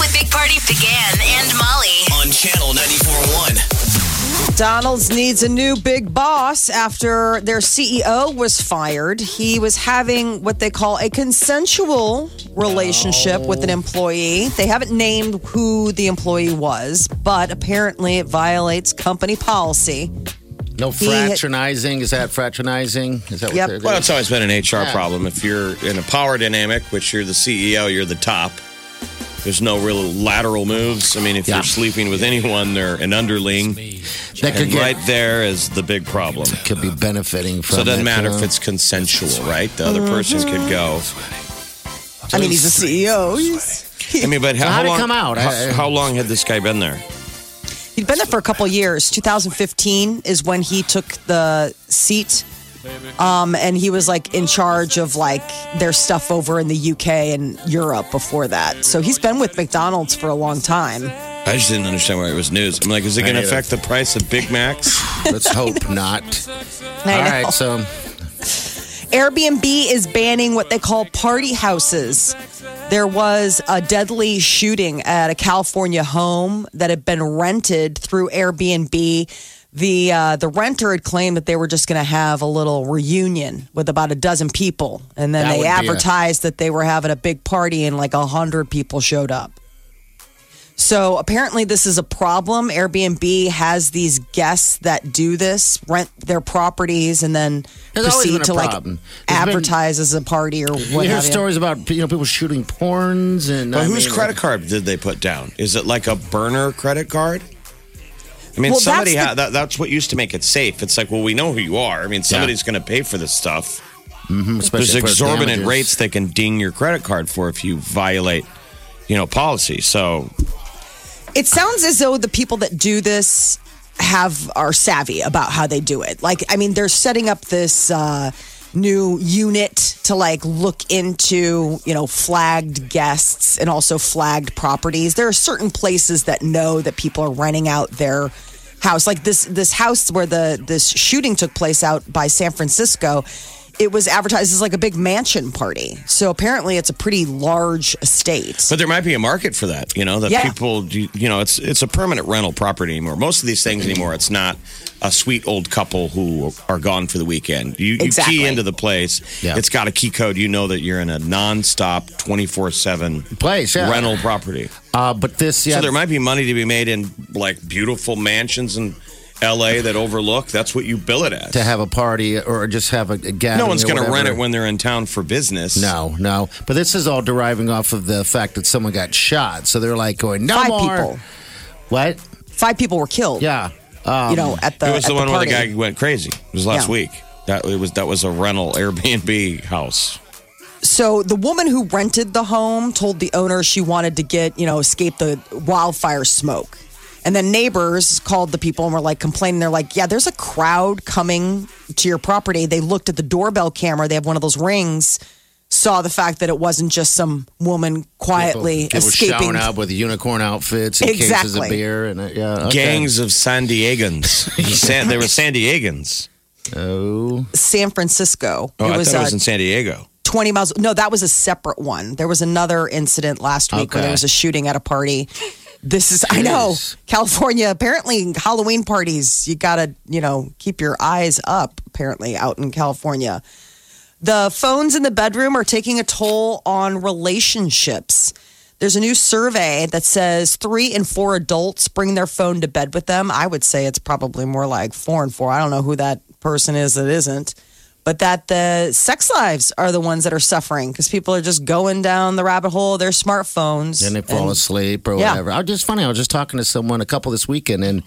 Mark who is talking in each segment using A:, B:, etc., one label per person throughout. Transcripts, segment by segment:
A: With Big Party began and Molly.
B: on channel 94.1.
C: McDonald's needs a new big boss after their CEO was fired. He was having what they call a consensual relationship with an employee. They haven't named who the employee was, but apparently it violates company policy.
D: No
C: had-
D: fraternizing. Is that fraternizing? Is that
C: Yep.
D: what
E: Well,
D: they're
E: it's always been an HR problem. If you're in a power dynamic, which you're the CEO, you're the top. There's no real lateral moves. I mean, if
D: Yeah.
E: you're sleeping with anyone, they're an underling.
D: That could
E: And
D: get
E: right there is the big problem.
D: could be benefiting from.
E: So it doesn't
D: it,
E: matter
D: you
E: if
D: know?
E: it's consensual, right? The other person could go.
C: I mean, he's a E CEO. He's,
E: I mean, but how,
D: how'd
E: how
D: it
E: long?
D: come out? I- I-
E: How, how long had this guy been there?
C: he'd been there for a couple of years. 2015 is when he took the seat. Um, and he was like in charge of like their stuff over in the UK and Europe before that. So he's been with McDonald's for a long time.
E: I just didn't understand why it was news. I'm like, is it going to
D: either.
E: affect the price of Big Macs?
D: Let's hope not.
C: I
D: All
C: know.
D: right, so
C: Airbnb is banning what they call party houses. There was a deadly shooting at a California home that had been rented through Airbnb. The uh, the renter had claimed that they were just going to have a little reunion with about a dozen people, and then
D: That
C: they
D: would be a-
C: advertised that they were having a big party, and like a hundred people showed up. So apparently, this is a problem. Airbnb has these guests that do this, rent their properties, and then
D: There's always
C: proceed
D: been a
C: to like
D: problem. There's been-
C: advertise as a party or
D: you
C: what
D: hear
C: have you.
D: stories about you know people shooting porns and.
E: But
D: I
E: whose
D: mean,
E: credit card did they put down? Is it like a burner credit card? I mean,
C: Well,
E: somebody
C: that's
E: ha- that, that's what used to make it safe. It's like, well, we know who you are. I mean, somebody's going to pay for this stuff.
D: especially
E: There's
D: for
E: exorbitant
D: damages.
E: rates they can ding your credit card for if you violate, you know, policy. So
C: It sounds as though the people that do this have are savvy about how they do it. Like, I mean, they're setting up this uh, new unit to like look into, you know, flagged guests and also flagged properties. There are certain places that know that people are renting out their house. Like this this house where the this shooting took place out by San Francisco. It was advertised as like a big mansion party. So apparently, it's a pretty large estate.
E: But there might be a market for that, you know, that
C: Yeah.
E: people, do- you know, it's it's a permanent rental property anymore. Most of these things anymore, it's not a sweet old couple who are gone for the weekend. You, you
C: Exactly.
E: key into the place,
D: Yeah.
E: it's got a key code. You know that you're in a nonstop, twenty four seven
D: Place, yeah.
E: rental property.
D: Uh, but this, yeah,
E: So there might be money to be made in like beautiful mansions in L.A. that overlook. That's what you bill it as.
D: to have a party or just have a, a gathering.
E: no one's
D: or
E: going to rent
D: whatever.
E: it when they're in town for business.
D: No, no. But this is all deriving off of the fact that someone got shot. So they're like going, no
C: Five
D: more.
C: people.
D: What?
C: Five people were killed.
D: Yeah. Um,
C: you know, at the
E: it was
C: at
E: the one where the
C: party.
E: guy went crazy. It was last
C: Yeah.
E: week. That it was that was a rental Airbnb house.
C: So the woman who rented the home told the owner she wanted to get, you know, escape the wildfire smoke. And then neighbors called the people and were like complaining. They're like, yeah, there's a crowd coming to your property. They looked at the doorbell camera. They have one of those rings, saw the fact that it wasn't just some woman quietly
D: people
C: escaping.
D: showing up with unicorn outfits and cases of
C: Exactly.
D: beer and uh, yeah, okay.
E: gangs of San Diegans. San, they were San Diegans.
D: Oh,
C: San Francisco.
E: Oh, I thought it
C: uh,
E: was in San Diego.
C: 20 miles. No, that was a separate one. There was another incident last week where
D: Okay.
C: there was a shooting at a party. This is, I know,
D: Jeez.
C: California, apparently Halloween parties, you got to, you know, keep your eyes up, apparently, out in California. The phones in the bedroom are taking a toll on relationships. There's a new survey that says three in four adults bring their phone to bed with them. I would say it's probably more like four and four. I don't know who that person is that isn't, but that the sex lives are the ones that are suffering because people are just going down the rabbit hole of their smartphones.
D: then they fall
C: And-
D: asleep or
C: Yeah.
D: whatever. I was just funny. I was just talking to someone, a couple this weekend, and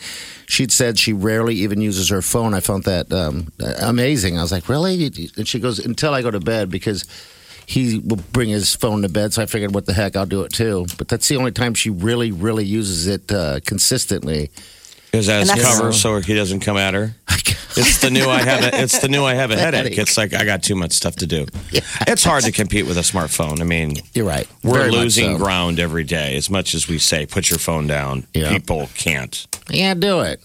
D: she'd said she rarely even uses her phone. I found that um, amazing. I was like, really? And she goes, until I go to bed because he will bring his phone to bed. So I figured, what the heck, I'll do it too. But that's the only time she really, really uses it uh, consistently.
E: Because as
C: And that's-
E: cover, so he doesn't come at her. It's the new I have. A, it's the new I have a headache.
D: Headache.
E: It's like I got too much stuff to do. It's hard to compete with a smartphone. I mean,
D: You're right.
E: we're
D: Very much
E: losing
D: so.
E: ground every day. As much as we say, put your phone down,
D: Yeah.
E: people can't.
D: I can't do it.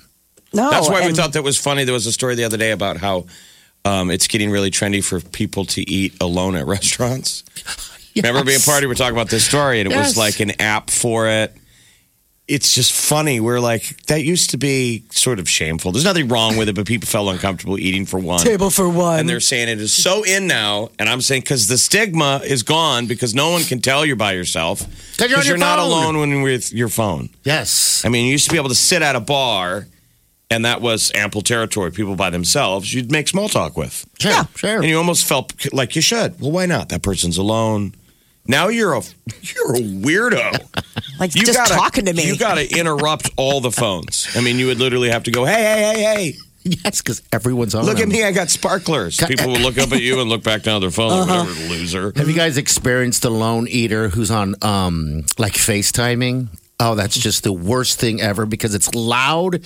C: No,
D: Oh,
E: That's why we
C: and-
E: thought that was funny. There was a story the other day about how um, it's getting really trendy for people to eat alone at restaurants. Remember being party? We're talking about this story, and it was
D: Yes.
E: like an app for it. It's just funny. We're like that used to be sort of shameful. There's nothing wrong with it, but people felt uncomfortable eating for one.
C: table for one.
E: And they're saying it is so in now, and I'm saying because the stigma is gone because no one can tell you're by yourself
D: 'Cause you're on your
E: not
D: phone.
E: alone when you're with your phone.
D: Yes.
E: I mean, you used to be able to sit at a bar, and that was ample territory. People by themselves, you'd make small talk with,
D: Sure.
C: Yeah.
D: Sure.
E: and you almost felt like you should. Well, why not? That person's alone. Now you're a you're a weirdo.
C: like
E: You
C: just
E: gotta,
C: talking to me.
E: You got to interrupt all the phones. I mean, you would literally have to go, hey, hey, hey, hey,
D: yes, because everyone's
C: Oh,
D: on.
E: look at
D: them.
E: me, I got sparklers.
C: uh,
E: People would look up at you and look back down at their phone.
C: Uh-huh.
E: Whatever, loser.
D: Have you guys experienced the lone eater who's on um like FaceTiming? Oh, that's just the worst thing ever because it's loud.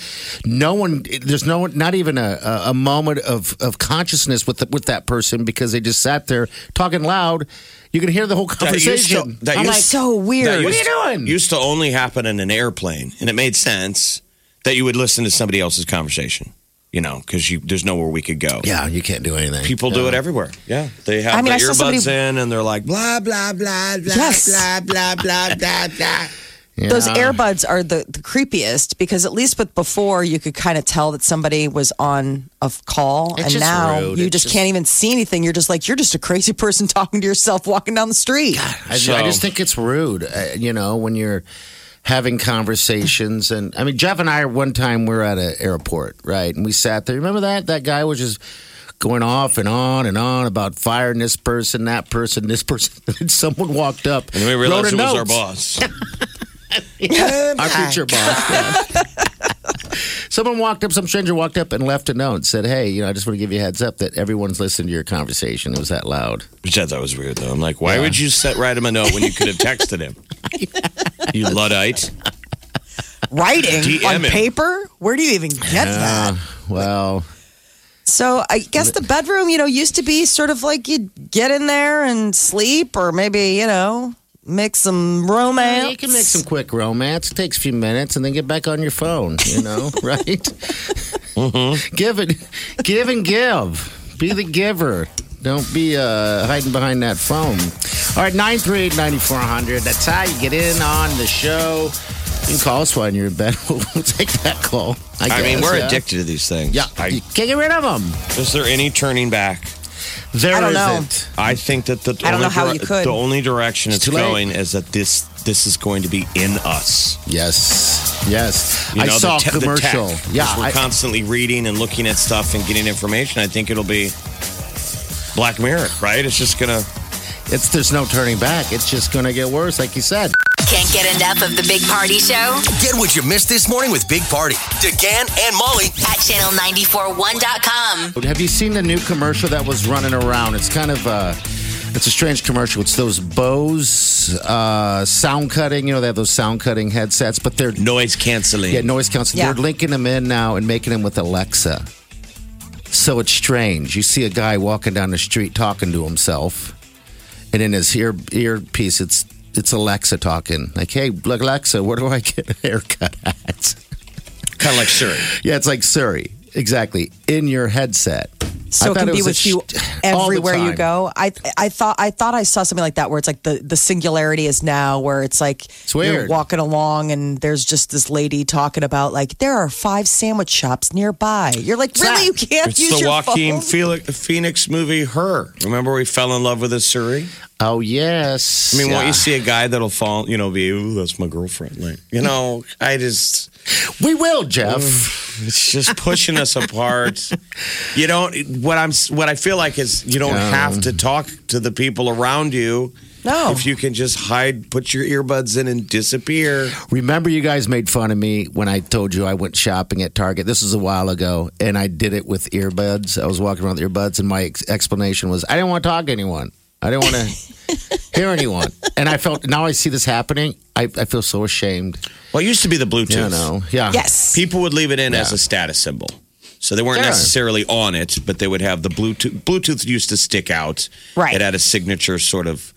D: No one, there's no one, not even a, a- a moment of, of consciousness with the, with that person because they just sat there talking loud. You can hear the whole conversation.
E: that
D: I'm
E: used-
D: like,
C: so weird.
E: That
D: What are
E: used-
D: you doing?
E: Used to only happen in an airplane, and it made sense that you would listen to somebody else's conversation. You know, because you there's nowhere we could go.
D: yeah, you can't do anything.
E: People do it everywhere. Yeah, they have
C: I mean, I
E: their
C: saw
E: earbuds
C: somebody-
E: in, and they're like, blah blah blah blah
C: Yes.
E: blah blah blah blah blah.
D: Yeah.
C: Those earbuds are the, the creepiest because at least with before you could kind of tell that somebody was on a f- call,
D: It's
C: and
D: just
C: now
D: rude.
C: you
D: It's
C: just,
D: just-
C: can't even see anything. You're just like you're just a crazy person talking to yourself walking down the street.
D: I, ju-
E: So-
D: I just think it's rude, uh, you know, when you're having conversations. And I mean, Jeff and I, one time we were at an airport, right? And we sat there. Remember that? That guy was just going off and on and on about firing this person, that person, this person. and someone walked up
E: And we
D: wrote
E: realized it was
D: a note.
E: our boss.
D: Our future boss. yeah. Someone walked up, some stranger walked up and left a note. Said, "Hey, you know, I just want to give you a heads up that everyone's listening to your conversation." It was that loud.
E: Which I thought was weird, though. I'm like, why would you set, write him a note when you could have texted him? you luddite.
C: Writing on
E: DM it.
C: paper, where do you even get that?
D: Well,
C: So I guess the bedroom, you know, used to be sort of like you'd get in there and sleep, or maybe you know, make some romance.
D: Yeah, you can make some quick romance. It takes a few minutes, and then get back on your phone. You know, right?
E: Mm-hmm.
D: Give it, give and give. Be the giver. Don't be uh, hiding behind that phone. All right, nine three eight ninety four hundred. That's how you get in on the show. You can call us while you're in bed. we'll take that call. I,
E: I mean,
D: guess,
E: we're
D: yeah.
E: addicted to these things.
D: Yeah, you
E: I,
D: can't get rid of them.
E: is there any turning back?
D: There
C: I don't know.
D: isn't.
E: I think that the
C: I don't
E: only
C: know how you could.
E: the only direction it's,
D: too late.
E: going is that this this is going to be in us.
D: Yes, yes.
E: You
D: I
E: know,
D: saw
E: the te-
D: a commercial.
E: The tech, 'Cause
D: yeah,
E: we're
D: I-
E: constantly reading and looking at stuff and getting information. I think it'll be Black Mirror, right? It's just gonna.
D: it's there's no turning back. It's just gonna get worse, like you said.
A: Can't get enough of the Big Party Show
B: Get what you missed this morning with Big Party, DeGan and Molly.
A: at channel941.com.
D: Have you seen the new commercial that was running around? It's kind of uh it's a strange commercial. It's those Bose uh, sound cutting. You know, they have those sound cutting headsets, but they're
E: Noise canceling.
D: yeah, noise cancel.
C: Yeah.
D: They're linking them in now and making them with Alexa. So it's strange. You see a guy walking down the street talking to himself, and in his ear earpiece, it's it's Alexa talking. Like, hey, Alexa, where do I get a haircut at?
E: Kind of like Siri.
D: Yeah, it's like Surrey. Exactly. In your headset.
C: so
D: I
C: it
D: thought
C: can be
D: was a
C: with you
D: sh- all the
C: everywhere you
D: time.
C: go. I I thought I thought I saw something like that where it's like the the singularity is now where it's like you're
D: weird.
C: walking along and there's just this lady talking about like there are five sandwich shops nearby. You're like really you can't
E: It's
C: use
E: the
C: your
E: Joaquin
C: phone.
E: Felix, Phoenix movie. Her. Remember we fell in love with a Suri.
D: Oh yes.
E: I mean, won't
D: Yeah.
E: you see a guy that'll fall? You know, be ooh, that's my girlfriend. Like, you know, I just.
D: we will, Jeff.
E: It's just pushing us apart. You don't. What I'm. What I feel like is you don't have to talk to the people around you.
C: No.
E: If you can just hide, put your earbuds in, and disappear.
D: Remember, you guys made fun of me when I told you I went shopping at Target. This was a while ago, and I did it with earbuds. I was walking around with earbuds, and my ex- explanation was I didn't want to talk to anyone. I didn't want to hear anyone. And I felt now I see this happening. I, I feel so ashamed.
E: Well, it used to be the Bluetooth.
D: You know, yeah.
C: Yes.
E: People would leave it in as a status symbol. So they weren't
D: Yeah.
E: necessarily on it, but they would have the Bluetooth. Bluetooth used to stick out.
C: Right.
E: It had a signature sort of,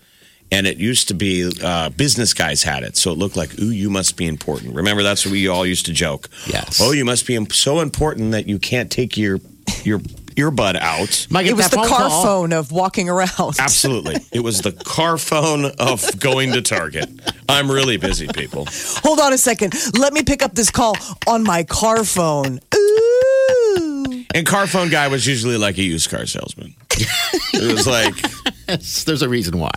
E: and it used to be uh, business guys had it. So it looked like, ooh, you must be important. Remember, that's what we all used to joke.
D: Yes.
E: Oh, you must be im- so important that you can't take your your earbud out.
D: Mike,
C: It
D: if
C: was
D: that
C: the
D: phone
C: car
D: call-
C: phone of walking around.
E: Absolutely. it was the car phone of going to Target. I'm really busy, people.
C: Hold on a second. Let me pick up this call on my car phone. Ooh.
E: And car phone guy was usually like a used car salesman. it was like,
D: Yes, there's a reason why.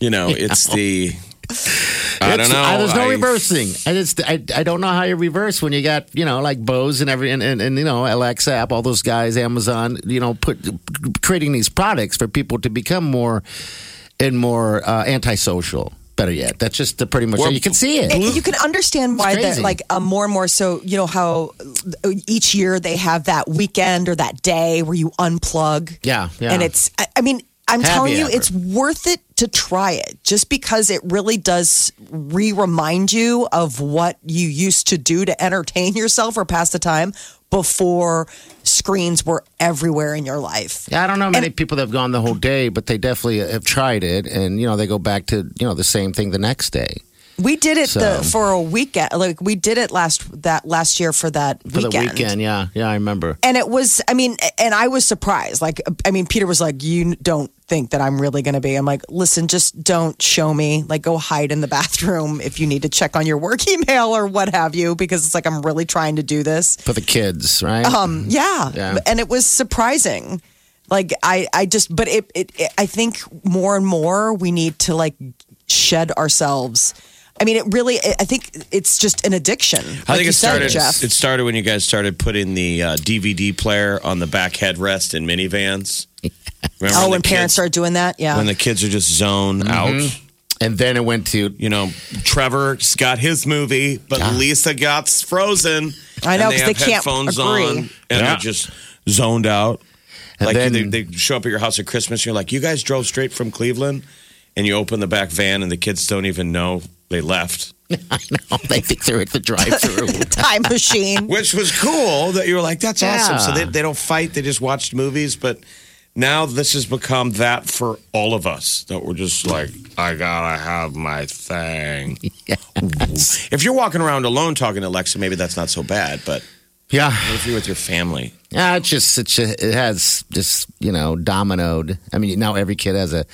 E: you know, it's the. I
D: It's-
E: don't know.
C: uh,
D: there's no
E: I-
D: reversing. I just I, I don't know how you reverse when you got you know like Bose and every and, and, and you know LX app, all those guys, Amazon, you know, put creating these products for people to become more and more uh, antisocial. Better yet, that's just the, pretty much
E: Or-
D: you can see it.
C: you can understand why
D: It's
C: that
D: crazy.
C: like uh, more and more so you know how uh, each year they have that weekend or that day where you unplug
D: Yeah, yeah.
C: and it's i, I mean i'm
D: Have
C: telling you
D: you ever?
C: it's worth it to try it just because it really does re-remind you of what you used to do to entertain yourself or pass the time before screens were everywhere in your life
D: Yeah, I don't know many people that have gone the whole day, but they definitely have tried it, and you know they go back to you know the same thing the next day.
C: we did it the,
D: So-
C: for a weekend like we did it last that last year for that
D: For the weekend, yeah, yeah, I remember.
C: and it was i mean and i was surprised like i mean peter was like you don't think that i'm really going to be i'm like listen just don't show me like go hide in the bathroom if you need to check on your work email or what have you because it's like i'm really trying to do this
D: For the kids, right?
E: Mm-hmm.
C: um yeah,
D: Yeah.
C: and it was surprising like i i just but it, it, it i think more and more we need to like shed ourselves i mean it really i think it's just an addiction
E: I think it started.
C: jeff
E: It started when you guys started putting the uh, DVD player on the back headrest in minivans. Remember
C: oh
E: the
C: when parents Mm-hmm.
E: kids-
C: start doing that yeah
E: when the kids are just zoned out.
D: and then it went to
E: You know, Trevor's got his movie, but Lisa got Frozen.
C: I know,
E: And
C: 'cause they
E: have
C: can't
E: headphones
C: agree.
E: on, and
D: Yeah.
E: they're just zoned out.
D: and
E: like
D: then
E: they, they show up at your house at Christmas, and you're like, "You guys drove straight from Cleveland," and you open the back van, and the kids don't even know they left.
D: I know they think they're at the drive-through.
C: time machine
E: which was cool that you were like, that's awesome. So they,
D: Yeah.
E: they don't fight, they just watched movies. But now this has become that for all of us that we're just like, I gotta have my thing. If you're walking around alone talking to Alexa, maybe that's not so bad. But
D: yeah,
E: if you're with your family,
D: yeah. It's just it's just, it has just you know dominoed. I mean, now every kid has a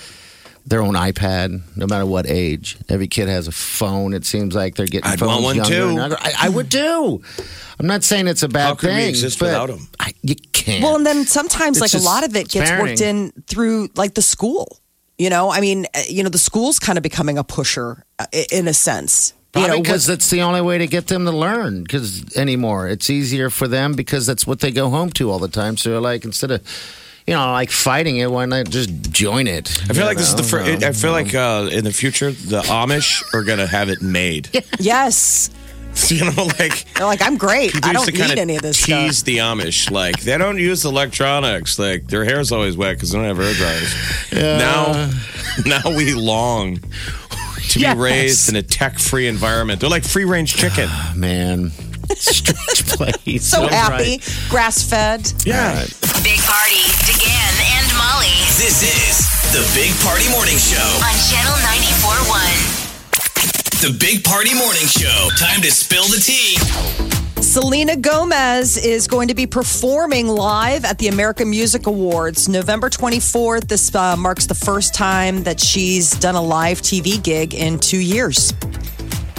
D: their own iPad, no matter what age. Every kid has a phone. It seems like they're getting
E: I'd want
D: phones
E: one
D: younger
E: too.
D: and younger. I, I would too. I'm not saying it's a bad
E: How could we
D: thing.
E: exist
D: but
E: without 'em?
D: I, you can't.
C: Well, and then sometimes,
D: It's
C: like a
D: just-
C: lot of it
D: it's
C: gets worked in
D: parenting.
C: through like the school. You know, I mean, uh, you know, the school's kind of becoming a pusher uh, i- in a sense. You know,
D: because that's the only way to get them to learn. Because anymore, it's easier for them because that's what they go home to all the time. So like instead of you know like fighting it, why not just join it?
E: I feel like this is the first. I feel like uh, in the future, the Amish are gonna have it made.
C: with- yes,
E: you know, like.
C: they're like, I'm great. I
E: used
C: don't
E: to kinda
C: need any of this
E: tease
C: stuff.
E: the Amish. Like they don't use electronics. Like their hair's always wet because they don't have hair dryers. Now, now we long to
D: Yes.
E: be raised in a tech-free environment. They're like free-range chicken.
D: man. Strange place.
C: So
D: All
C: happy,
D: right.
C: grass fed.
E: yeah.
A: Big Party, DeGan and Molly
B: This is the Big Party Morning Show.
A: on Channel 94.1.
B: The Big Party Morning Show. Time to spill the tea.
C: Selena Gomez is going to be performing live at the American Music Awards November 24th. This uh, marks the first time that she's done a live TV gig in two years.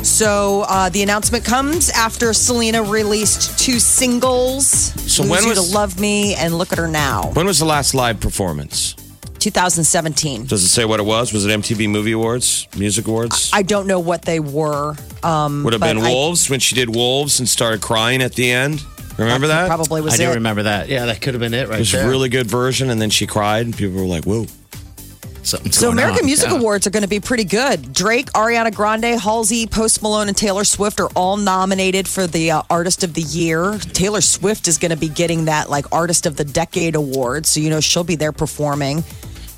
C: So uh, the announcement comes after Selena released two singles
E: So
C: Lose
E: when
C: You
E: was-
C: to Love Me and Look at Her Now,
E: When was the last live performance?
C: 2017.
E: Does it say what it was? Was it MTV Movie Awards, Music Awards?
C: I don't know what they were. Um,
E: Would have
C: but
E: been
C: I-
E: Wolves when she did Wolves and started crying at the end. Remember that?
C: Probably was
D: I do
C: it.
D: remember that. Yeah, that could have been it right
E: It was a
D: there.
E: really good version, and then she cried, and people were like, "Whoa."
D: Something's
C: So
D: going
C: American
D: on.
C: Music
D: Yeah.
C: Awards are going to be pretty good. Drake, Ariana Grande, Halsey, Post Malone, and Taylor Swift are all nominated for the uh, Artist of the Year. Taylor Swift is going to be getting that like Artist of the Decade award, so you know she'll be there performing.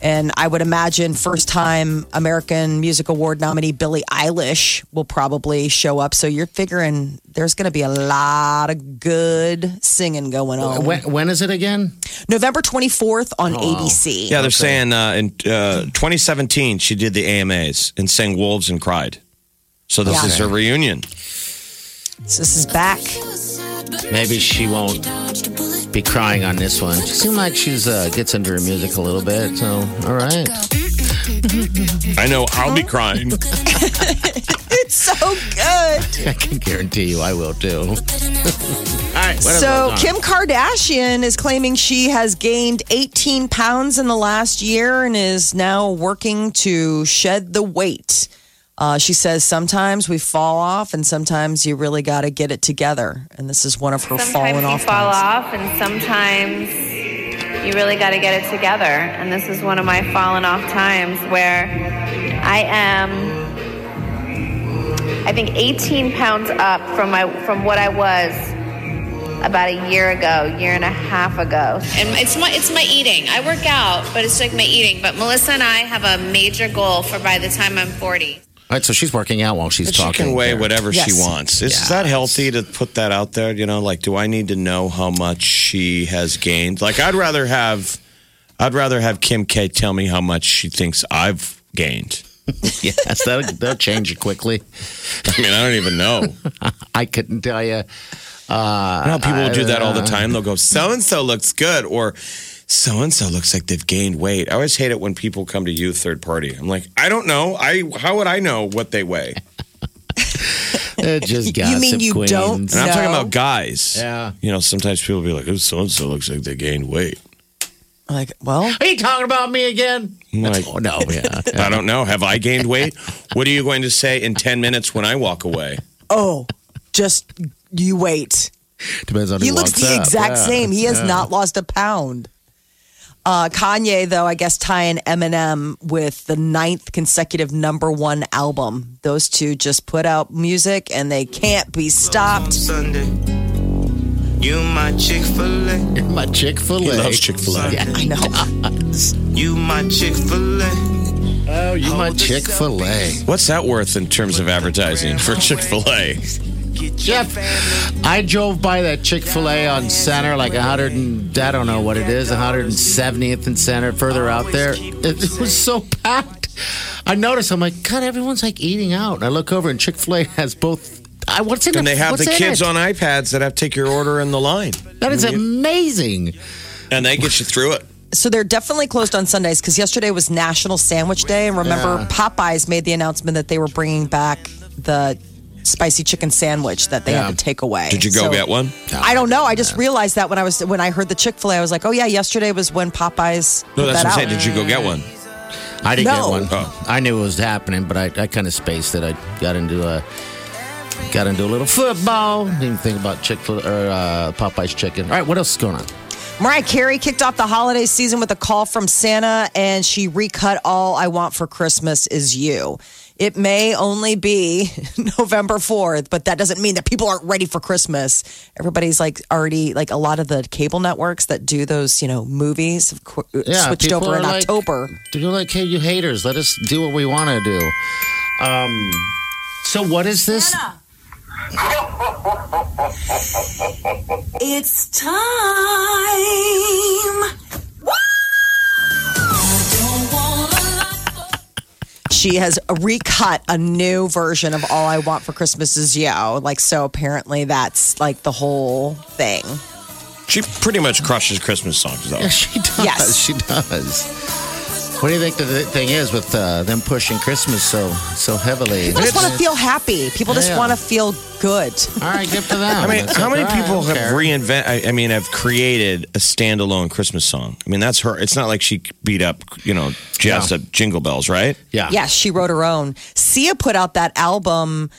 C: And I would imagine first time American Music Award nominee Billie Eilish will probably show up. So you're figuring there's going to be a lot of good singing going on.
D: Uh, When, Oh, when is it again?
C: November 24th on ABC.
E: Yeah, they're saying uh, in uh, 2017 she did the AMAs and sang "Wolves and Cried." So this
C: Yeah.
E: is her reunion.
C: So this is back.
D: Maybe she won't be crying on this one. She seems like she's uh, gets into her music a little bit. So, all right.
E: I know I'll be crying.
C: It's so good.
D: I can guarantee you I will too. all right. What
C: So
D: else?
C: Kim Kardashian is claiming she has gained 18 pounds in the last year and is now working to shed the weight. Uh, she says sometimes we fall off and sometimes you really got to get it together. And this is one of her
F: Sometimes
C: falling
F: you
C: off.
F: fall
C: times.
F: off, and sometimes you really got to get it together. And this is one of my fallen off times where I am, I think, 18 pounds up from my from what I was about a year ago, year and a half ago. And it's my it's my eating. I work out, but it's like my eating. But Melissa and I have a major goal for by the time I'm 40.
D: all right. So she's working out while she's
E: She
D: talking.
E: can weigh
D: there.
E: whatever she
C: Yes.
E: wants. Is, is that healthy to put that out there? You know, like, do I need to know how much she has gained? Like, I'd rather have, I'd rather have Kim K tell me how much she thinks I've gained.
D: Yes, that'll, that'll change you quickly.
E: I mean, I don't even know.
D: I couldn't tell you.
E: You know, how people do that all the time. They'll go, so and so looks good, or so and so looks like they've gained weight. I always hate it when people come to you third party. I'm like, I don't know. I how would I know what they weigh?
D: They're Uh, just
C: You mean
D: gossip
C: you
D: queens.
C: don't?
E: And I'm talking
C: No.
E: about guys.
D: Yeah.
E: You know, sometimes people be like, oh, so and so looks like they gained weight.
C: Like, well,
D: Are you talking about me again?
E: Like-
D: oh, no, yeah.
E: I don't know. Have I gained weight? What are you going to say in 10 minutes when I walk away?
C: oh, just you wait.
D: Depends on who
C: He looks
D: walks
C: the
D: up.
C: exact
D: Yeah.
C: same. He has not lost a pound. Uh, Kanye, though, I guess tying Eminem with the ninth consecutive number one album. Those two just put out music and they can't be stopped.
G: Sunday. You my Chick Fil A.
D: My Chick Fil A.
E: loves Chick-fil-A.
D: Yeah.
C: I know.
G: You my Chick Fil A.
D: Oh, you my Chick Fil A.
E: What's that worth in terms of advertising for Chick fil A?
D: Jeff, I drove by that Chick Fil A on Center, like 100 and I don't know what it is, 170th and Center, further out there. It, it was so packed. I noticed. I'm like, God, everyone's like eating out. And I look over, and Chick Fil A has both. I, what's in
E: And
D: it?
E: they have
D: what's
E: the
D: in
E: kids
D: it?
E: on iPads that have to take your order in the line,
D: That is amazing.
E: and they get you through it.
C: So they're definitely closed on Sundays because yesterday was National Sandwich Day. And remember, Popeyes made the announcement that they were bringing back the spicy chicken sandwich that they
D: Yeah.
C: had to take away.
E: Did you go
C: So-
E: get one?
C: I don't know. I just realized that when I was when I heard the Chick Fil A, I was like, oh yeah, yesterday was when Popeyes.
E: No,
C: put
E: that's
C: that
E: what I'm
C: out.
E: saying. Did you go get one?
D: I didn't
C: No.
D: get one.
E: Oh.
D: I knew it was happening, but I, I kind of spaced it. I got into a got into a little football. Didn't think about Chick Fil or uh, Popeye's chicken. All right, what else is going on?
C: Mariah Carey kicked off the holiday season with a call from Santa, and she recut All I Want for Christmas Is You. It may only be November 4th, but that doesn't mean that people aren't ready for Christmas. Everybody's like already, like a lot of the cable networks that do those, you know, movies have qu- switched
D: people
C: over
D: are
C: in
D: like-
C: October.
D: They're like, hey, you haters, let us do what we want to do. Um, so what is this?
H: It's time.
C: She has recut a new version of All I Want for Christmas Is You. Like, so apparently that's like the whole thing.
E: She pretty much crushes Christmas songs, though.
D: Yeah, she does.
C: Yes.
D: She does. What do you think the th- thing is with uh, them pushing Christmas so so heavily?
C: People just want to feel happy. People just
D: Yeah.
C: want to feel good.
D: All right, good for them.
E: I mean,
D: It's
E: how
D: like,
E: many
D: all right,
E: people
D: I
E: have
D: don't care.
E: reinvent? I, I mean, have created a standalone Christmas song. I mean, that's her. It's not like she beat up, you know, Jeff's
D: Yeah.
E: at Jingle Bells, right?
D: Yeah.
C: Yes, she wrote her own. Sia put out that album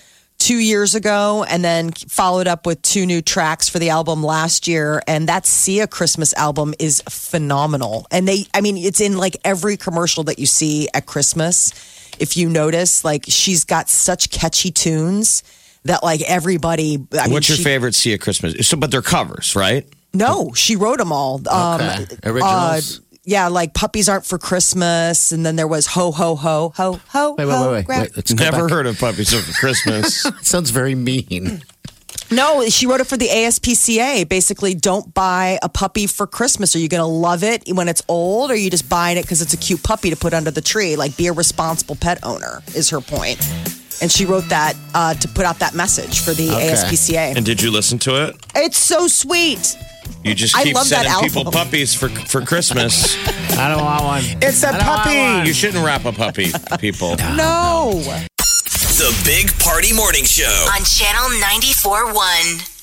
C: two years ago and then followed up with two new tracks for the album last year. And that Sia Christmas album is phenomenal. And they, I mean, it's in like every commercial that you see at Christmas. If you notice, like she's got such catchy tunes that like everybody. I mean,
E: What's your
C: she-
E: favorite Sia Christmas? So, but they're covers, right?
C: No, she wrote them all. Um,
D: Okay. Originals?
C: yeah, like puppies aren't for Christmas, and then there was ho ho ho ho ho.
D: Wait, wait,
C: ho,
D: wait, wait.
C: grab-
D: wait let's go
E: Never
D: back.
E: heard of puppies for Christmas.
D: Sounds very mean.
C: No, she wrote it for the ASPCA. Basically, don't buy a puppy for Christmas. Are you going to love it when it's old, or are you just buying it because it's a cute puppy to put under the tree? Like, be a responsible pet owner is her point. And she wrote that uh, to put out that message for the
D: Okay.
C: ASPCA.
E: and did you listen to it?
C: it's so sweet.
E: You just
C: I
E: keep
C: love that
E: sending people
C: album.
E: puppies for for Christmas.
D: I don't want one.
E: it's a
D: I don't want one.
E: You shouldn't wrap a puppy, people.
C: No.
B: The Big Party Morning Show.
A: on Channel 94.1.